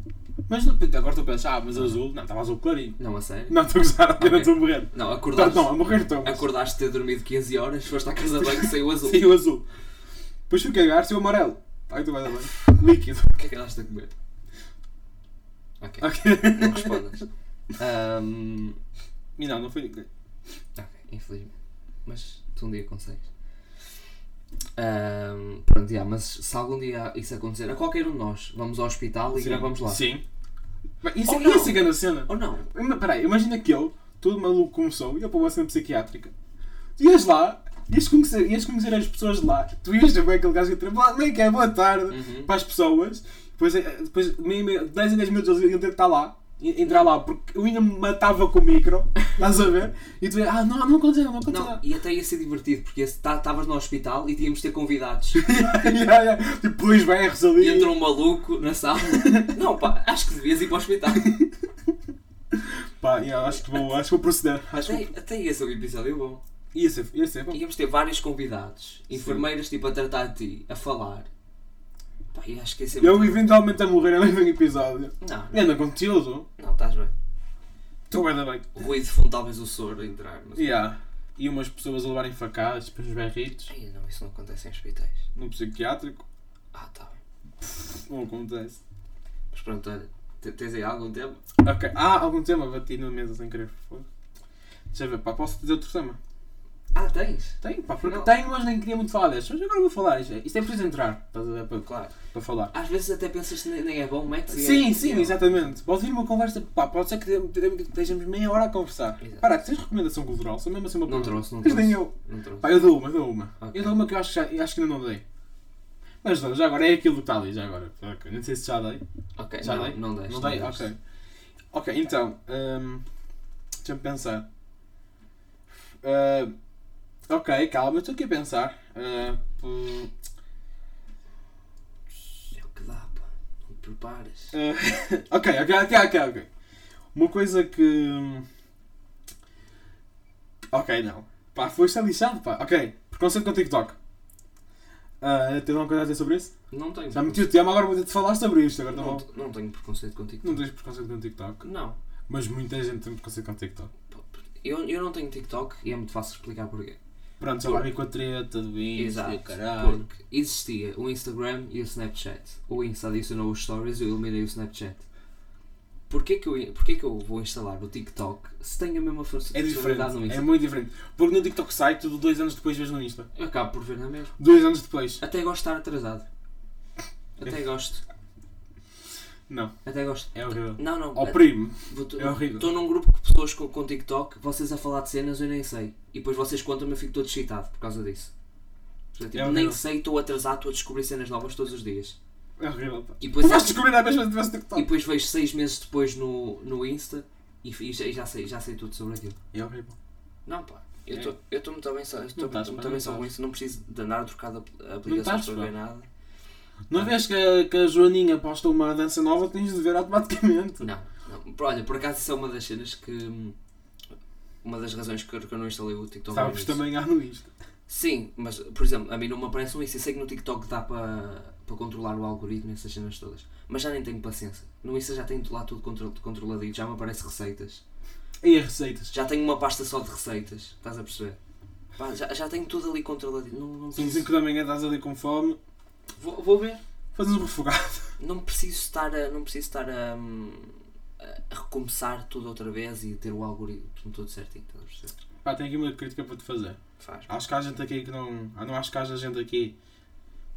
B: Mas puto, agora estou a pensar, ah, mas azul, não, estava azul clarinho.
A: Não, a sério?
B: Não, estou a gozar, apenas
A: Ok.
B: estou a morrer.
A: Não,
B: Não,
A: acordaste,
B: não, a morrer estou. mas-
A: acordaste de ter dormido 15 horas, foste à casa de banho e saiu azul.
B: Saiu azul. Depois fui cagar, saiu amarelo. Ai, tu vais a bem. Líquido.
A: O que é que andaste a comer? Ok,
B: Ok.
A: não respondas. Ahm,
B: E não, não foi ninguém.
A: ok, Ah, infelizmente. Mas tu um dia consegues. Ahm, pronto, já, mas se algum dia isso acontecer, a qualquer um de nós, vamos ao hospital e gravamos lá.
B: Sim. Mas isso,
A: Ou
B: é
A: não.
B: isso é grande cena.
A: Ou não?
B: Ima- Peraí, imagina que eu, todo maluco como sou, ia para uma cena psiquiátrica. Tu ias lá, ias conhecer, ias conhecer as pessoas de lá, tu ias ver aquele gajo que entra, "Boa- como é que é, boa tarde,
A: Uhum.
B: para as pessoas, depois, eh, depois meia, meia, 10 em 10 minutos eles iam ter que estar lá, i- entrar lá, porque eu ainda me matava com o micro, estás a ver? E tu ia, ah, não, não aconteceu, não aconteceu.
A: Não, e até ia ser divertido, porque estavas no hospital e tínhamos de ter convidados.
B: yeah, yeah. Tipo, dois berros ali.
A: E entra um maluco na sala. Não, pá, acho que devias ir para o hospital.
B: Pá, yeah, acho que vou, acho que vou proceder. Acho que...
A: Até, até ia ser um episódio bom.
B: Ia ser, ia ser, bom.
A: Íamos ter vários convidados, enfermeiras tipo a tratar de ti, a falar. Pá, e acho que ia ser
B: Eu
A: muito-
B: eventualmente a morrer no mesmo episódio.
A: Não, não,
B: Anda conteúdo.
A: não, estás bem.
B: Estou bem, bem.
A: O ruído de fundo, talvez o soro entrar. Mas...
B: Yeah. E umas pessoas a levarem facadas, depois os berritos,
A: Ai, não, isso não acontece em hospitais.
B: num psiquiátrico,
A: Ah, tá bem.
B: não acontece.
A: Mas pronto, olha, te- tens aí algum tempo?
B: Ok, há algum tema, bati na mesa sem querer. foda-se. Deixa eu ver, pá, posso dizer outro tema?
A: Ah, tens?
B: Tenho, pá, porque
A: Não.
B: tenho, mas nem queria muito falar destas. Mas agora vou falar. Isto é, isto é preciso entrar, estás a ver? Para,
A: Claro.
B: para falar.
A: Às vezes até pensas que nem- nem é bom, metes e é-
B: Sim, sim,
A: é bom.
B: exatamente. Pode vir uma conversa, pá, pode ser que de- de- estejamos meia hora a conversar.
A: Exato.
B: Para, tens recomendação cultural? Só mesmo assim uma
A: Não
B: pergunta.
A: trouxe, não
B: Mas
A: trouxe.
B: nem eu.
A: Não trouxe.
B: Pá, eu dou uma, eu dou uma.
A: Ok.
B: Eu dou uma que eu acho, que já- eu acho que ainda não dei. Mas não, já agora é aquilo que está ali, já agora. Ok, Não sei se já dei.
A: Ok,
B: Já
A: não,
B: É dei?
A: não deste.
B: Não dei?
A: deste.
B: Ok. Ok, então. hum, Deixa-me pensar. Ah, ok, calma, eu estou aqui a pensar. Ah, hum,
A: É o que dá, pá. Não te preparas.
B: Ah, ok, ok, ok, ok, ok. Uma coisa que. hum, Ok, não. Pá, foste lixado, pá. Ok, preconceito com o TikTok. Ah, tens alguma coisa a dizer sobre isso?
A: Não tenho.
B: Já meti o tema, agora vou ter de falar sobre isto. Agora tá
A: não,
B: bom.
A: não tenho preconceito contigo.
B: Não tens preconceito com o TikTok.
A: Não.
B: Mas muita gente tem preconceito com o TikTok.
A: Eu, eu não tenho TikTok e é muito fácil explicar porquê.
B: Pronto, já lá vem com a treta do Insta e o caralho.
A: Porque existia o Instagram e o Snapchat. O Insta adicionou os stories e eu eliminei o Snapchat. Porquê que, eu, porquê que eu vou instalar o TikTok se tem a mesma
B: É
A: funcionalidade no
B: diferente, é
A: Insta?
B: muito diferente. Porque no TikTok sai, tu dois anos depois vês no Insta.
A: Eu acabo por ver na mesma.
B: Dois anos depois.
A: Até gosto de estar atrasado.
B: É.
A: Até gosto.
B: Não,
A: Até gosto.
B: é horrível.
A: Não, não.
B: Ó primo. É horrível.
A: Estou num grupo de pessoas com, com TikTok, vocês a falar de cenas eu nem sei. E depois vocês contam-me eu fico todo excitado por causa disso. Portanto, tipo,
B: É horrível.
A: nem sei, estou atrasado, estou a descobrir cenas novas todos os dias.
B: É horrível, pá.
A: E
B: Tu
A: depois,
B: vais descobrir a mesma se tivesse
A: e
B: TikTok.
A: depois vejo seis meses depois no, no Insta e, fi- e já, e já sei, já sei tudo sobre aquilo.
B: É horrível.
A: Não pá,
B: É.
A: eu tô- eu estou muito bem só, eu tô-
B: Não estás,
A: tô muito
B: pá,
A: bem
B: não
A: só com
B: estás.
A: isso, não preciso de andar a trocar de apl-
B: estás,
A: aplicações para
B: pá.
A: ver nada.
B: Não vês que a, que a Joaninha posta uma dança nova, tens de ver automaticamente.
A: Não, não. Por- Olha, por acaso isso é uma das cenas que. hum, Uma das razões que eu, que eu não instalei o TikTok. no
B: Sabes
A: início.
B: também há no Insta.
A: Sim, mas por exemplo, a mim não me aparece um isso. Eu sei que no TikTok dá para para controlar o algoritmo e essas cenas todas. Mas já nem tenho paciência. No Insta já tenho lá tudo contro- controladinho, já me aparecem receitas.
B: E as receitas.
A: Já tenho uma pasta só de receitas, estás a perceber? Pá, já, já tenho tudo ali controladinho. Não, não
B: São
A: preciso-
B: 5 da manhã, estás ali com fome,
A: Vou, vou ver.
B: fazes um refogado.
A: Não preciso estar a. Não preciso estar a, hum, a recomeçar tudo outra vez e ter o algoritmo todo certinho, estás a perceber?
B: Pá, tenho aqui uma crítica para te fazer.
A: Faz.
B: Acho que há gente aqui que não. ah, Não acho que haja gente aqui.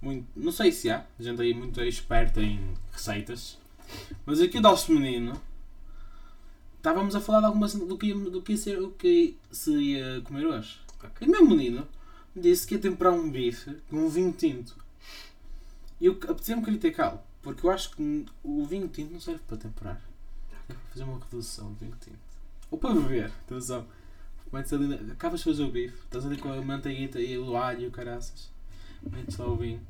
B: Muito, não sei se há gente aí muito experta em receitas. Mas aqui o nosso menino. Estávamos a falar de alguma cena do que, ia- do que ia ser o que se ia comer hoje.
A: Ok.
B: E o meu menino disse que ia temperar um bife com um vinho tinto. E eu apetecia-me criticá-lo, porque eu acho que n- o vinho tinto não serve para temperar. É para fazer uma redução de vinho tinto. Ou para beber, atenção. Metes ali, na- acabas de fazer o bife, estás ali com a manteiguita e o alho e o caraças. Metes lá o vinho,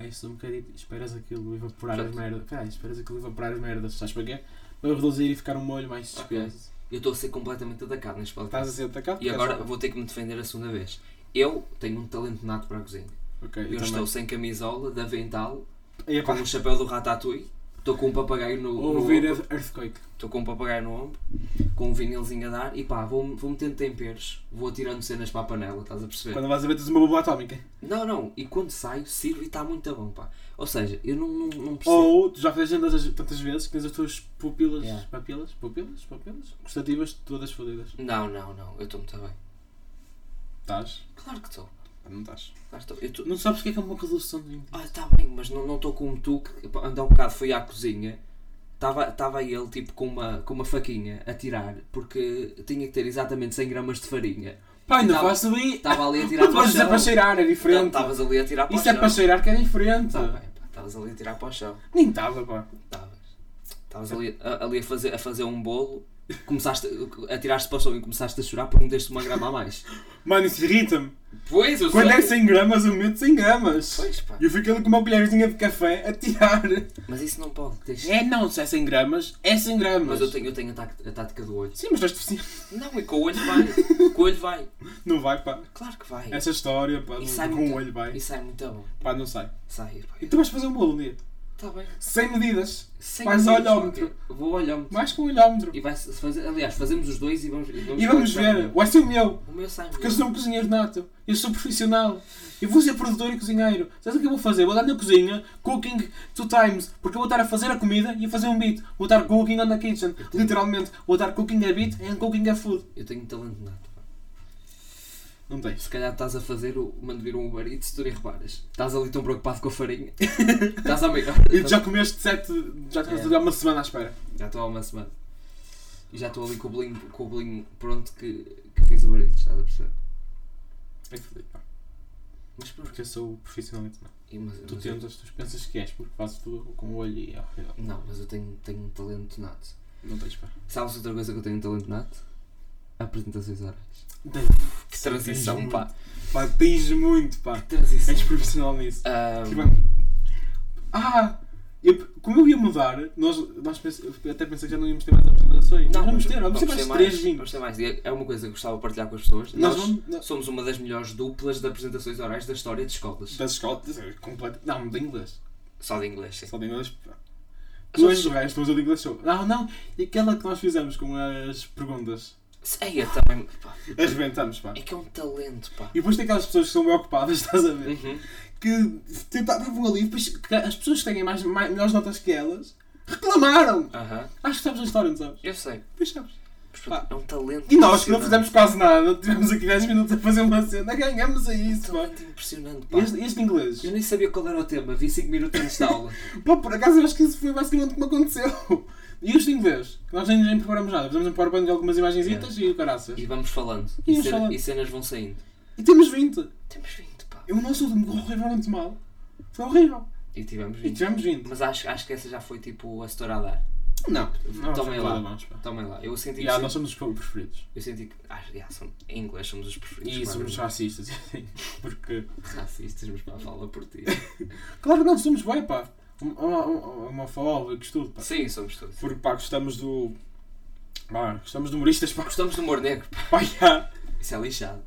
B: enches um bocadinho, esperas aquilo evaporar as
A: Certo.
B: merdas. Peraí, esperas aquilo evaporar as merdas, sabes para quê? Para reduzir e ficar um molho mais
A: Ok.
B: espioso.
A: Eu estou a ser completamente atacado neste podcast.
B: Estás assim a ser atacado?
A: E agora
B: Estás-
A: vou ter que me defender a segunda vez. Eu tenho um talento nato para a cozinha.
B: Ok,
A: Eu,
B: eu, também.
A: estou é sem camisola, de avental,
B: E,
A: com
B: pá,
A: o chapéu do Ratatouille, estou com um papagaio no, no
B: ouvir
A: ombro,
B: Earthquake.
A: estou com um papagaio no ombro, com um vinilzinho a dar e pá, vou, vou metendo temperos, vou atirando cenas para a panela, estás a perceber?
B: Quando vais a ver, tens uma bomba atómica.
A: Não, não, e quando saio, sirvo e está muito bom, pá. Ou seja, eu não, não, não percebo.
B: Ou tu já fizeste tantas, tantas vezes que tens as tuas pupilas,
A: Yeah.
B: papilas, pupilas, pupilas, gustativas todas fodidas.
A: Não, não, não, eu estou muito bem.
B: Estás?
A: Claro que estou.
B: Não estás.
A: Claro que estou. Eu estou-
B: Não sabes o que é que é uma redução de vinho.
A: Ah, está bem, mas não estou como tu que pá, ainda há um bocado foi à cozinha. Estava ele tipo com uma, com uma faquinha a tirar porque tinha que ter exatamente 100 gramas de farinha.
B: Pá, ainda
A: Tá-
B: faço ali.
A: Estava ali a tirar
B: Não
A: para o
B: vais dizer
A: chão.
B: para cheirar, é
A: Não,
B: diferente.
A: Estavas ali a tirar para
B: Isso
A: o
B: é
A: chão.
B: para cheirar que é diferente.
A: Tá bem, pá, Estavas ali a tirar para o chão.
B: Nem estava, pá.
A: Estavas. Estavas ali, a, ali a, fazer, a fazer um bolo, começaste a- a tirar-te para o chão e começaste a chorar porque me deste uma grama a mais.
B: Mano, isso irrita-me.
A: Pois, eu
B: Quando
A: sei.
B: é 100 gramas, eu meto 100 gramas.
A: Pois, pá.
B: E eu fico ali com uma colherzinha de café a tirar.
A: Mas isso não pode. tens-
B: É, não, se é 100 gramas, é 100 gramas.
A: Mas eu tenho, eu tenho a, tac- a tática do olho.
B: Sim, mas assim. estás deficiente.
A: Não, e com o olho vai. Com o olho vai.
B: Não vai, pá.
A: Claro que vai.
B: Essa história, pá,
A: E
B: não-
A: sai
B: com
A: muito-
B: o olho vai.
A: E sai muito bom.
B: Pá, não sai.
A: Sai, pá.
B: E tu vais fazer um bolo um dia.
A: Está tá bem.
B: Sem medidas.
A: Sem
B: Vais ao
A: dúvidas,
B: olhómetro.
A: ok. Vou ao olhómetro.
B: Mais com um olhómetro.
A: E vai se fazer, aliás, fazemos os dois e vamos,
B: E vamos
A: qual é que sai
B: ver.
A: melhor.
B: Vai ser o meu.
A: O meu sai
B: Porque eu
A: melhor.
B: sou um cozinheiro nato. Eu sou profissional. Eu vou ser produtor e cozinheiro. Sabes o que eu vou fazer? Vou andar na cozinha, cooking two times. Porque eu vou estar a fazer a comida e a fazer um beat. Vou estar cooking on the kitchen. Literalmente. Vou estar cooking a beat and cooking a food.
A: Eu tenho talento nato. pá.
B: Não tens.
A: Se calhar estás a fazer o mando vir um Uber Eats e tu nem reparas. Estás ali tão preocupado com a farinha. estás a meio.
B: E tu já comeste sete. Já estás a
A: Yeah.
B: durar uma semana à espera.
A: Já estou há uma semana. E já estou ali com o bolinho, com o bolinho pronto que, que fiz o Uber Eats, estás a perceber?
B: É fodido, pá.
A: Mas pronto.
B: Porque eu sou profissionalmente não.
A: E, mas-
B: Tu
A: mas eu-
B: tentas, tu pensas que és, porque fazes tudo com o olho e é horrível.
A: Não, mas eu tenho, tenho um talento nato.
B: Não tens, pá.
A: Sabes outra coisa que eu tenho um talento nato? Apresentações orais. Que
B: Tens
A: transição, pá.
B: Pá, tens muito, pá.
A: Transição.
B: És profissional nisso.
A: Ahm,
B: Tivemos- Ah! eu- como eu ia mudar, nós, nós pense- eu até pensei que já não íamos ter mais apresentações. Não, vamos ter, vamos ter mais 3, 20.
A: Vamos ter mais. E É uma coisa que gostava de partilhar com as pessoas.
B: Nós
A: Nós,
B: vamos. nós-
A: somos uma das melhores duplas de apresentações orais da história de escolas.
B: Das escolas. é Completo. Não, de inglês.
A: Só de inglês, sim.
B: Só de inglês. pá.
A: As
B: Tu és
A: outras-
B: do resto, mas eu de inglês sou. Não, não. E aquela que nós fizemos com as perguntas.
A: Ei, eu também. pá,
B: Arrebentamos, pá.
A: é que é um talento, pá.
B: E depois tem aquelas pessoas que são bem ocupadas, estás a ver?
A: Uhum.
B: Que tentavam ali, depois que as pessoas que têm mais, mais- melhores notas que elas reclamaram.
A: Aham.
B: Acho que sabes a história, não sabes?
A: Eu sei.
B: Pois sabes.
A: Mas, pronto, é um talento.
B: E nós que não
A: impressionante.
B: fizemos quase nada, tivemos aqui 10 minutos a fazer uma cena, ganhamos a isso,
A: Um
B: pá.
A: talento impressionante, pá.
B: Este, este inglês.
A: Eu nem sabia qual era o tema, vi 5 minutos antes da aula.
B: Pá, por acaso eu acho que isso foi basicamente o que me aconteceu. E este inglês, que nós nem, nem preparamos nada, fizemos um PowerPoint de algumas imagenzitas e o caraças.
A: E vamos falando.
B: E
A: E,
B: vamos
A: cena-
B: falando.
A: e cenas vão saindo.
B: E temos 20.
A: Temos 20, pá.
B: E o nosso último correu horrivelmente mal. Foi horrível.
A: E tivemos
B: E
A: 20.
B: tivemos 20.
A: Mas acho, acho que essa já foi tipo a setora a dar.
B: Não, não
A: Tomem
B: foi
A: lá.
B: nada bons, pá.
A: Tomem lá. Eu senti que.
B: Yeah,
A: sim.
B: nós somos os preferidos.
A: Eu senti que. Ah, yeah, são, em inglês somos os preferidos. Ah,
B: E
A: claro.
B: somos racistas, assim, porque...
A: racistas, mas pá, fala por ti.
B: Claro que não, somos bué, pá. Hom- hom- hom- Homofóbicos, tudo, pá.
A: Sim, somos todos.
B: Porque pá, gostamos do. Pá, gostamos de humoristas, pá.
A: Gostamos do humor negro, pá.
B: pá, já.
A: Isso é lixado.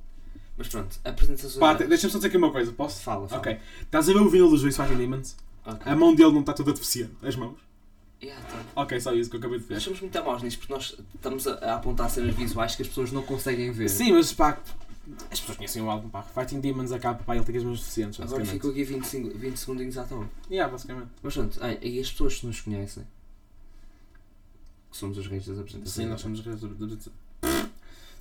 A: Mas pronto, apresentações.
B: Pá, te- deixa-me só dizer aqui uma coisa, posso?
A: Fala, fala.
B: Ok. Estás a ver o vinil do Juiz Fucking Demons?
A: Ok.
B: A mão dele não está toda deficiente. As mãos?
A: Yeah, tá.
B: Ok, só isso que eu acabei de
A: Nós
B: ver.
A: somos muito maus nisso porque nós estamos a, a apontar cenas visuais que as pessoas não conseguem ver.
B: Sim, mas pá, as pessoas conhecem o álbum, pá. Fighting Demons acaba, pá, ele tem as mãos deficientes,
A: Agora
B: basicamente.
A: ficou aqui 25, 20 segundinhos à toa.
B: Yeah, basicamente.
A: Mas pronto, ai, e as pessoas que nos conhecem, que somos os reis das apresentações.
B: Sim, nós somos os reis. do-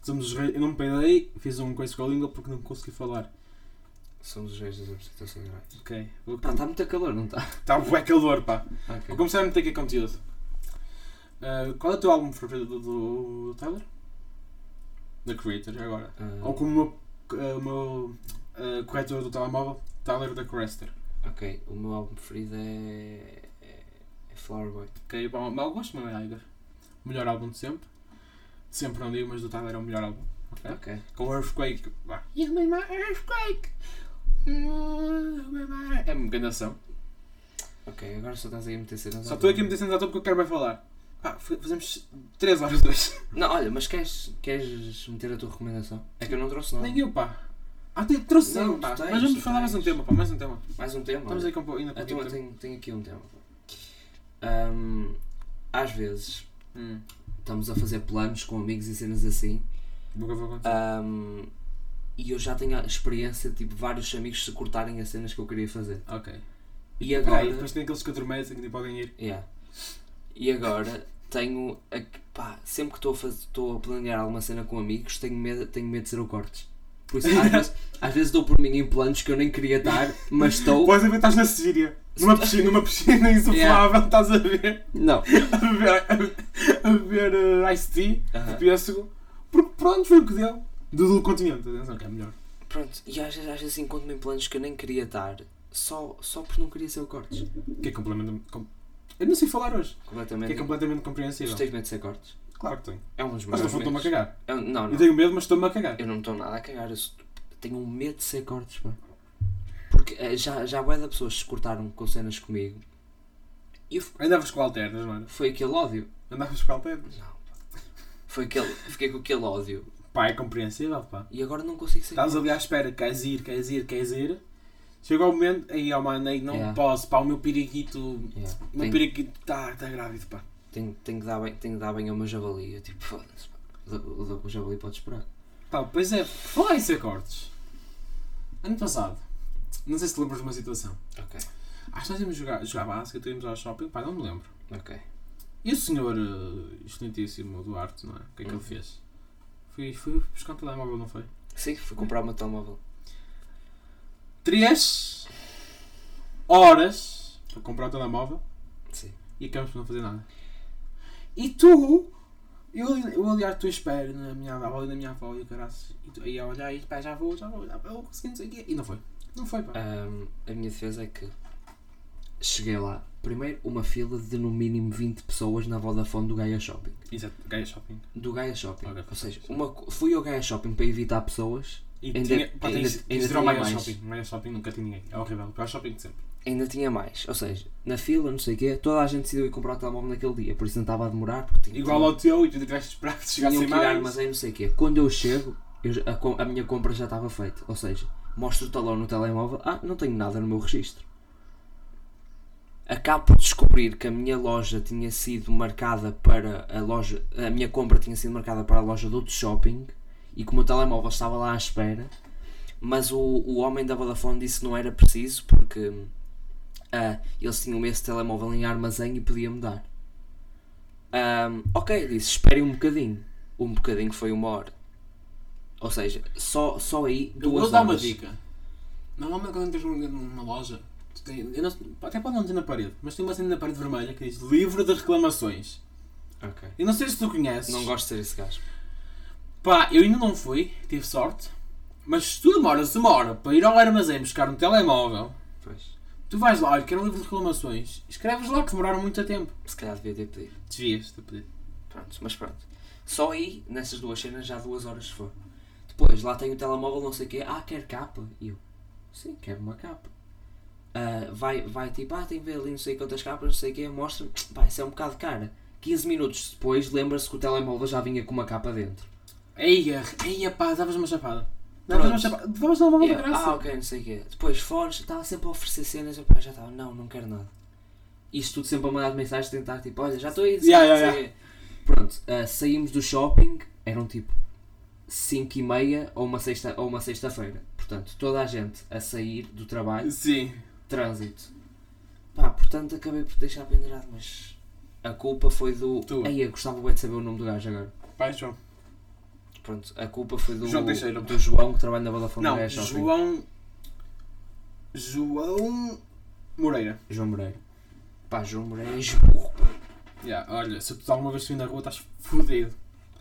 B: Somos os reis. Eu não me peidei, fiz um coisa com a língua porque não consegui falar.
A: Somos os reis das apresentações orais.
B: Ok. Vou...
A: Pá, está muito calor, não está?
B: Tá bué calor, pá. Vou
A: Ok.
B: começar a meter aqui conteúdo. Ah, qual é o teu álbum preferido do, do Tyler? The Creator, já agora.
A: Ah,
B: Ou como o meu, ah, o meu ah, corretor do telemóvel, Tyler The Creator.
A: ok, o meu álbum preferido é. é- é Flower Boy.
B: Ok, bom, eu gosto do Mariah Iger. Melhor álbum de sempre. De Sempre não digo, mas do Tyler é o melhor álbum. Ok?
A: Ok.
B: Com o Earthquake. vá. You made my earthquake! Mm, made my- É uma grande ação.
A: Ok, agora só estás aí a meter cenas.
B: Só
A: à
B: estou aqui a
A: toa.
B: meter sentado porque eu quero bem falar. Pá, fa- fazemos 3 horas hoje.
A: Não, olha, mas queres, queres meter a tua recomendação? É que eu não trouxe nada.
B: Nem eu, pá. Ah, tem, trouxe
A: Não,
B: um, pá.
A: tu tens,
B: Mas vamos
A: tu
B: falar mais um
A: tens.
B: tema, pá. Mais um tema.
A: Mais um tema.
B: Estamos
A: olha.
B: aí com ainda com
A: Ah, então,
B: pouco tempo.
A: tenho, tenho aqui um tema. Ahm, às vezes
B: Hum,
A: estamos a fazer planos com amigos e cenas assim
B: Nunca vou acontecer.
A: Ahm, e eu já tenho a experiência de tipo, vários amigos se cortarem as cenas que eu queria fazer.
B: Ah, Ok.
A: E
B: Espera
A: agora.
B: aí, depois tem aqueles que adormecem que nem podem ir.
A: Yeah. E agora tenho. A, pá, sempre que estou a, faz- estou a planear alguma cena com amigos, tenho medo, tenho medo de ser o cortes. Por isso, às vezes, às vezes dou por mim em planos que eu nem queria estar, mas estou.
B: Podes a ver, estás na Síria. Numa piscina, numa piscina insuflável, estás a ver.
A: Não.
B: A beber, a beber eh, iced tea
A: Aham.
B: de pêssego. Porque pronto, foi o que deu. Do, do continente, atenção, que é melhor.
A: Pronto, e às vezes, às vezes encontro-me em planos que eu nem queria estar, só, só porque não queria ser o cortes.
B: Que é completamente. com- Eu não sei falar hoje. Que
A: Completamente.
B: é completamente compreensível.
A: Tu tens medo de ser cortes?
B: Claro que tenho.
A: É um dos
B: Mas
A: meus.
B: não estou-me a
A: medos.
B: cagar.
A: É um- não, não.
B: Eu tenho medo, mas estou-me a cagar.
A: Eu não estou nada a cagar, eu sou- tenho um medo de ser cortes, pá. Porque eh, já, já bué de pessoas se cortaram com cenas comigo e eu, f-
B: Andavas com alternas, não era?
A: foi aquele ódio.
B: Andavas com alternas.
A: Não, pá. Foi aquele, fiquei com aquele ódio
B: Pá, é compreensível, pá.
A: e agora não consigo ser
B: Estás
A: corte.
B: ali à espera, queres ir, queres ir, queres ir. Chega ao momento, aí ó mano, aí não
A: Yeah.
B: posso, pá, o meu periquito, o
A: Yeah,
B: meu
A: tenho,
B: periquito está tá grávido, pá.
A: tenho, tenho que dar bem, tenho que dar bem ao meu javali. Eu tipo, foda-se, pá. O da- O da- o javali pode esperar.
B: Pá, pois é, falar em ser cortes. Ano passado, não sei se te lembras de uma situação.
A: Ok,
B: Acho que nós íamos jogar, jogar basquete, íamos ao shopping, pá, não me lembro.
A: ok.
B: E o senhor eh, excelentíssimo Duarte, não é? O que é que
A: Uhum.
B: ele fez? Foi, foi buscar um telemóvel, não foi?
A: Sim, fui comprar o meu telemóvel.
B: Três horas para comprar o telemóvel
A: Sim.
B: e acabamos por não fazer nada. E tu, eu, eu ali à tua espera, na minha avó, ali na minha avó e o caraças, e tu aí a olhar e pá, já vou, já vou, já vou, consegui, não sei o quê. E não foi. Não foi, pá.
A: Ahm, a minha defesa é que cheguei lá. Primeiro, uma fila de no mínimo 20 pessoas na Vodafone do Gaia Shopping.
B: Exato, Gaia Shopping.
A: Do Gaia Shopping.
B: Ok,
A: Ou seja,
B: sim.
A: uma, co- fui ao Gaia Shopping para evitar pessoas.
B: E
A: Ainda-
B: tinha, pá,
A: ainda-
B: tens,
A: ainda
B: tens de ir
A: tinha
B: ao Maia
A: mais.
B: Shopping. Maia Shopping nunca tinha ninguém. É horrível. O pior shopping de sempre.
A: Ainda tinha mais. Ou seja, na fila, não sei o quê, toda a gente decidiu ir comprar o telemóvel naquele dia. Por isso não estava a demorar. Porque tinha,
B: Igual ao teu e tu tiveste de esperar que
A: tinham
B: chegasse
A: que ir
B: mais.
A: armazém, não sei o quê. Quando eu chego, eu já- a, com- a minha compra já estava feita. Ou seja, mostro o talão no telemóvel. Ah, não tenho nada no meu registro. Acabo por descobrir que a minha loja tinha sido marcada para a loja. A minha compra tinha sido marcada para a loja do outro shopping e que o meu telemóvel estava lá à espera. Mas o, o homem da Vodafone disse que não era preciso porque ah, eles tinham esse telemóvel em armazém e podia-me dar. Ahm, ok, disse, esperem um bocadinho. Um bocadinho foi uma hora. Ou seja, só, só aí
B: Eu
A: duas
B: vou dar uma
A: horas.
B: dica. Normalmente quando entras numa, numa loja, tu tem- eu não- até pode não ter na parede, mas tem uma cena na parede vermelha que diz livre de reclamações.
A: Ok.
B: Eu não sei se tu conheces.
A: Não gosto de ser esse gajo.
B: Pá, eu ainda não fui, tive sorte. Mas se tu demoras uma hora para ir ao armazém buscar um telemóvel,
A: Pois.
B: tu vais lá, olha, quero um livro de reclamações, escreves lá que demoraram muito tempo.
A: Se calhar devia ter pedido.
B: Desvias-te a pedir.
A: Pronto, mas pronto. Só aí, nessas duas cenas, já duas horas se for. Depois, lá tem o telemóvel, não sei o quê. Ah, quer capa? E eu, sim, quero uma capa. Ah, vai, vai tipo, ah, tem que ver ali não sei quantas capas, não sei o quê. Mostra-me. Pá, isso é um bocado cara. 15 minutos depois, lembra-se que o telemóvel já vinha com uma capa dentro.
B: Eia, eia pá, davas uma chapada. Davas uma
A: Pronto.
B: chapada. Davas uma mão da
A: Eu, ah,
B: graça.
A: ok, não sei o quê. Depois fones, estava sempre a oferecer cenas, eu pá, já estava, não, não quero nada. Isto tudo sempre a mandar mensagens, tentar, tipo, olha, já estou aí,
B: Yeah,
A: não
B: yeah,
A: sei o quê. Pronto, ah, saímos do shopping, eram tipo 5 e meia ou uma sexta- ou uma sexta-feira. portanto, toda a gente a sair do trabalho,
B: Sim.
A: trânsito. Pá, portanto, acabei por deixar pendurado, mas a culpa foi do...
B: Tua.
A: Aí, eu gostava bem de saber o nome do gajo agora.
B: Paixão.
A: Pronto, a culpa foi do
B: João Teixeira.
A: do João que trabalha na Vodafone
B: Não,
A: Gaia Shopping.
B: João. João. Moreira.
A: João Moreira. Pá, João Moreira és burro. pá.
B: Ya, olha, se tu alguma vez subir na rua estás fodido.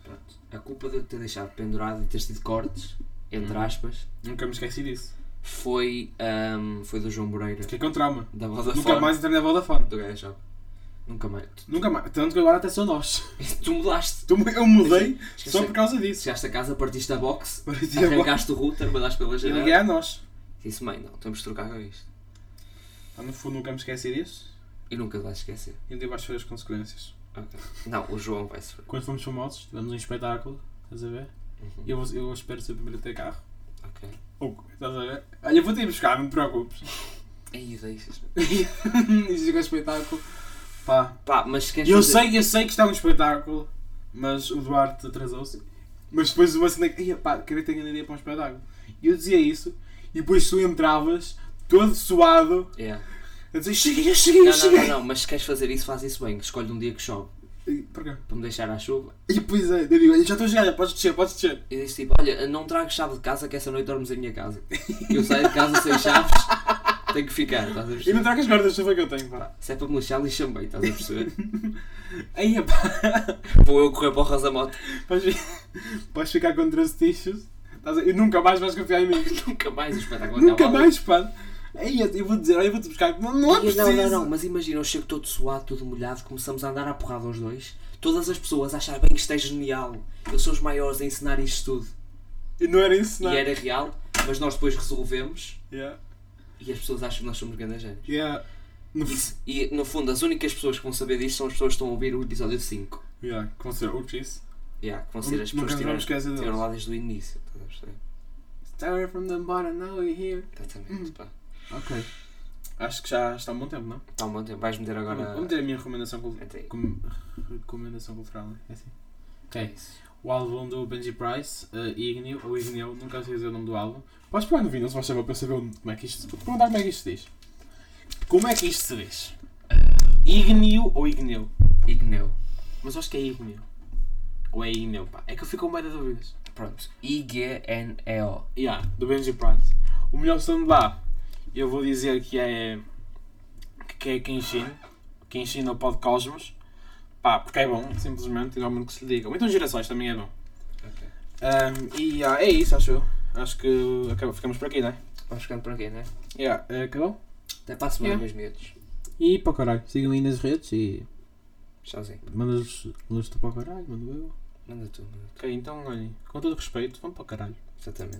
A: Pronto. A culpa de eu ter deixado pendurado e ter tido cortes, entre
B: Uhum.
A: aspas,
B: Nunca me esqueci disso.
A: foi, ahm, foi do João Moreira.
B: Fiquei com trauma.
A: Da
B: Nunca
A: Vodafone.
B: mais entrei na Vodafone.
A: Do Gaia Shop. Nunca mais. Tu,
B: Nunca mais. Tanto que agora até sou nós.
A: tu mudaste.
B: Tu- Eu mudei só
A: Esqueci.
B: por causa disso.
A: Chegaste a casa, partiste a box,
B: Parecia agora.
A: arrancaste o router, mandaste pela
B: Eu liguei
A: janela.
B: a nós.
A: Disse, mãe, não, temos de trocar com isto.
B: Ah, No fundo, nunca me esqueci disso.
A: E nunca te vais esquecer.
B: E um devo achar as consequências.
A: Não, o João vai sofrer.
B: Quando fomos famosos, tivemos um espetáculo. Estás a ver?
A: Uhum.
B: Eu, eu espero ser o primeiro a ter carro.
A: Ok.
B: Ou, estás a ver? Olha, vou-te ir buscar, não te preocupes.
A: Aí deixas.
B: e chega o espetáculo. Pá,
A: Pá, mas se queres
B: E eu
A: fazer-
B: sei, eu sei que está um espetáculo, mas o Duarte atrasou-se. Mas depois uma cena que, "Ia, pá, queria ter ganharia para um espetáculo. E eu dizia isso, e depois tu entravas, todo suado,
A: Yeah.
B: a dizer: Cheguei, eu cheguei, eu
A: Não, não,
B: cheguei!
A: não, não, mas se queres fazer isso, faz isso bem. Escolhe um dia que chove.
B: E, porquê?
A: para me deixar à chuva.
B: E pois é, eu digo: "Olha, Já estou a chegar, olha, podes descer, podes descer.
A: Eu disse tipo, olha, não trago chave de casa que essa noite dormes em minha casa. Eu saio de casa sem chaves, tenho que ficar, estás a
B: E não
A: perceber?
B: trago as guardas de chuva que eu tenho, pá.
A: Pá, Se é para me lixar, lixa-me bem, estás a perceber?
B: Aí, pá,
A: Vou eu correr para o Razamote,
B: vais, fi- vais ficar com 13 tichos, estás a- e nunca mais vais confiar em mim.
A: nunca mais o espetáculo
B: Nunca
A: acaba.
B: mais, pá. Aí eu vou dizer: Olha, eu vou-te buscar, não, não é
A: E eu,
B: preciso.
A: Não, não, não, mas imagina, eu chego todo suado, todo molhado, começamos a andar à porrada os dois, todas as pessoas a achar bem que isto é genial, eu sou os maiores a ensinar isto tudo.
B: E não era isso, não. é?
A: E era real, mas nós depois resolvemos
B: Yeah.
A: e as pessoas acham que nós somos grandes génios.
B: Yeah. No
A: E se- E no fundo, as únicas pessoas que vão saber disto são as pessoas que estão a ouvir o episódio 5.
B: Yeah, com certeza. O é Cheese.
A: Yeah, que vão ser as pessoas
B: Nunca
A: que
B: vamos
A: tiveram-
B: esquecer deles.
A: tiveram lá desde o início. estás a perceber?
B: Started from the bottom, now we're here.
A: Exatamente. pá.
B: Ok. Acho que já está há um bom tempo, não?
A: Está um bom tempo. Vais meter agora.
B: Vamos ter a minha recomendação, cul-
A: Mete aí.
B: com- recomendação cultural. né? É assim.
A: É
B: Ok.
A: isso.
B: O álbum do Benji Price, uh, Igneo, ou Igneo, nunca sei dizer o nome do álbum. Podes pôr no vinho, se vais saber para eu saber onde- como é que isto se Perguntar como é que isto se diz. Como é que isto se diz? Igneo ou Igneo?
A: Igneu.
B: Mas acho que é Igneo. Ou é Igneo, pá. É que eu fico com medo de dúvidas.
A: Pronto. I-G-N-E-O.
B: Yeah, do Benji Price. O melhor stand lá, eu vou dizer que é. que é Kenshin. Kenshin ou Pod Cosmos. Pá, porque é bom, simplesmente, e não há muito que se lhe diga. Ou Então, gerações também é bom.
A: Ok.
B: Um, e ah, é isso, acho eu. Acho que acaba- ficamos por aqui, né?
A: Vamos ficando por aqui, né?
B: Yeah, eh, acabou.
A: Até para a semana,
B: Yeah.
A: meus miúdos.
B: E para o caralho, sigam aí nas redes e
A: Tchauzinho.
B: mandas luz para o caralho, mando eu.
A: Manda tu, manda.
B: Ok, então, olhem, com todo respeito, vão para o caralho.
A: Exatamente.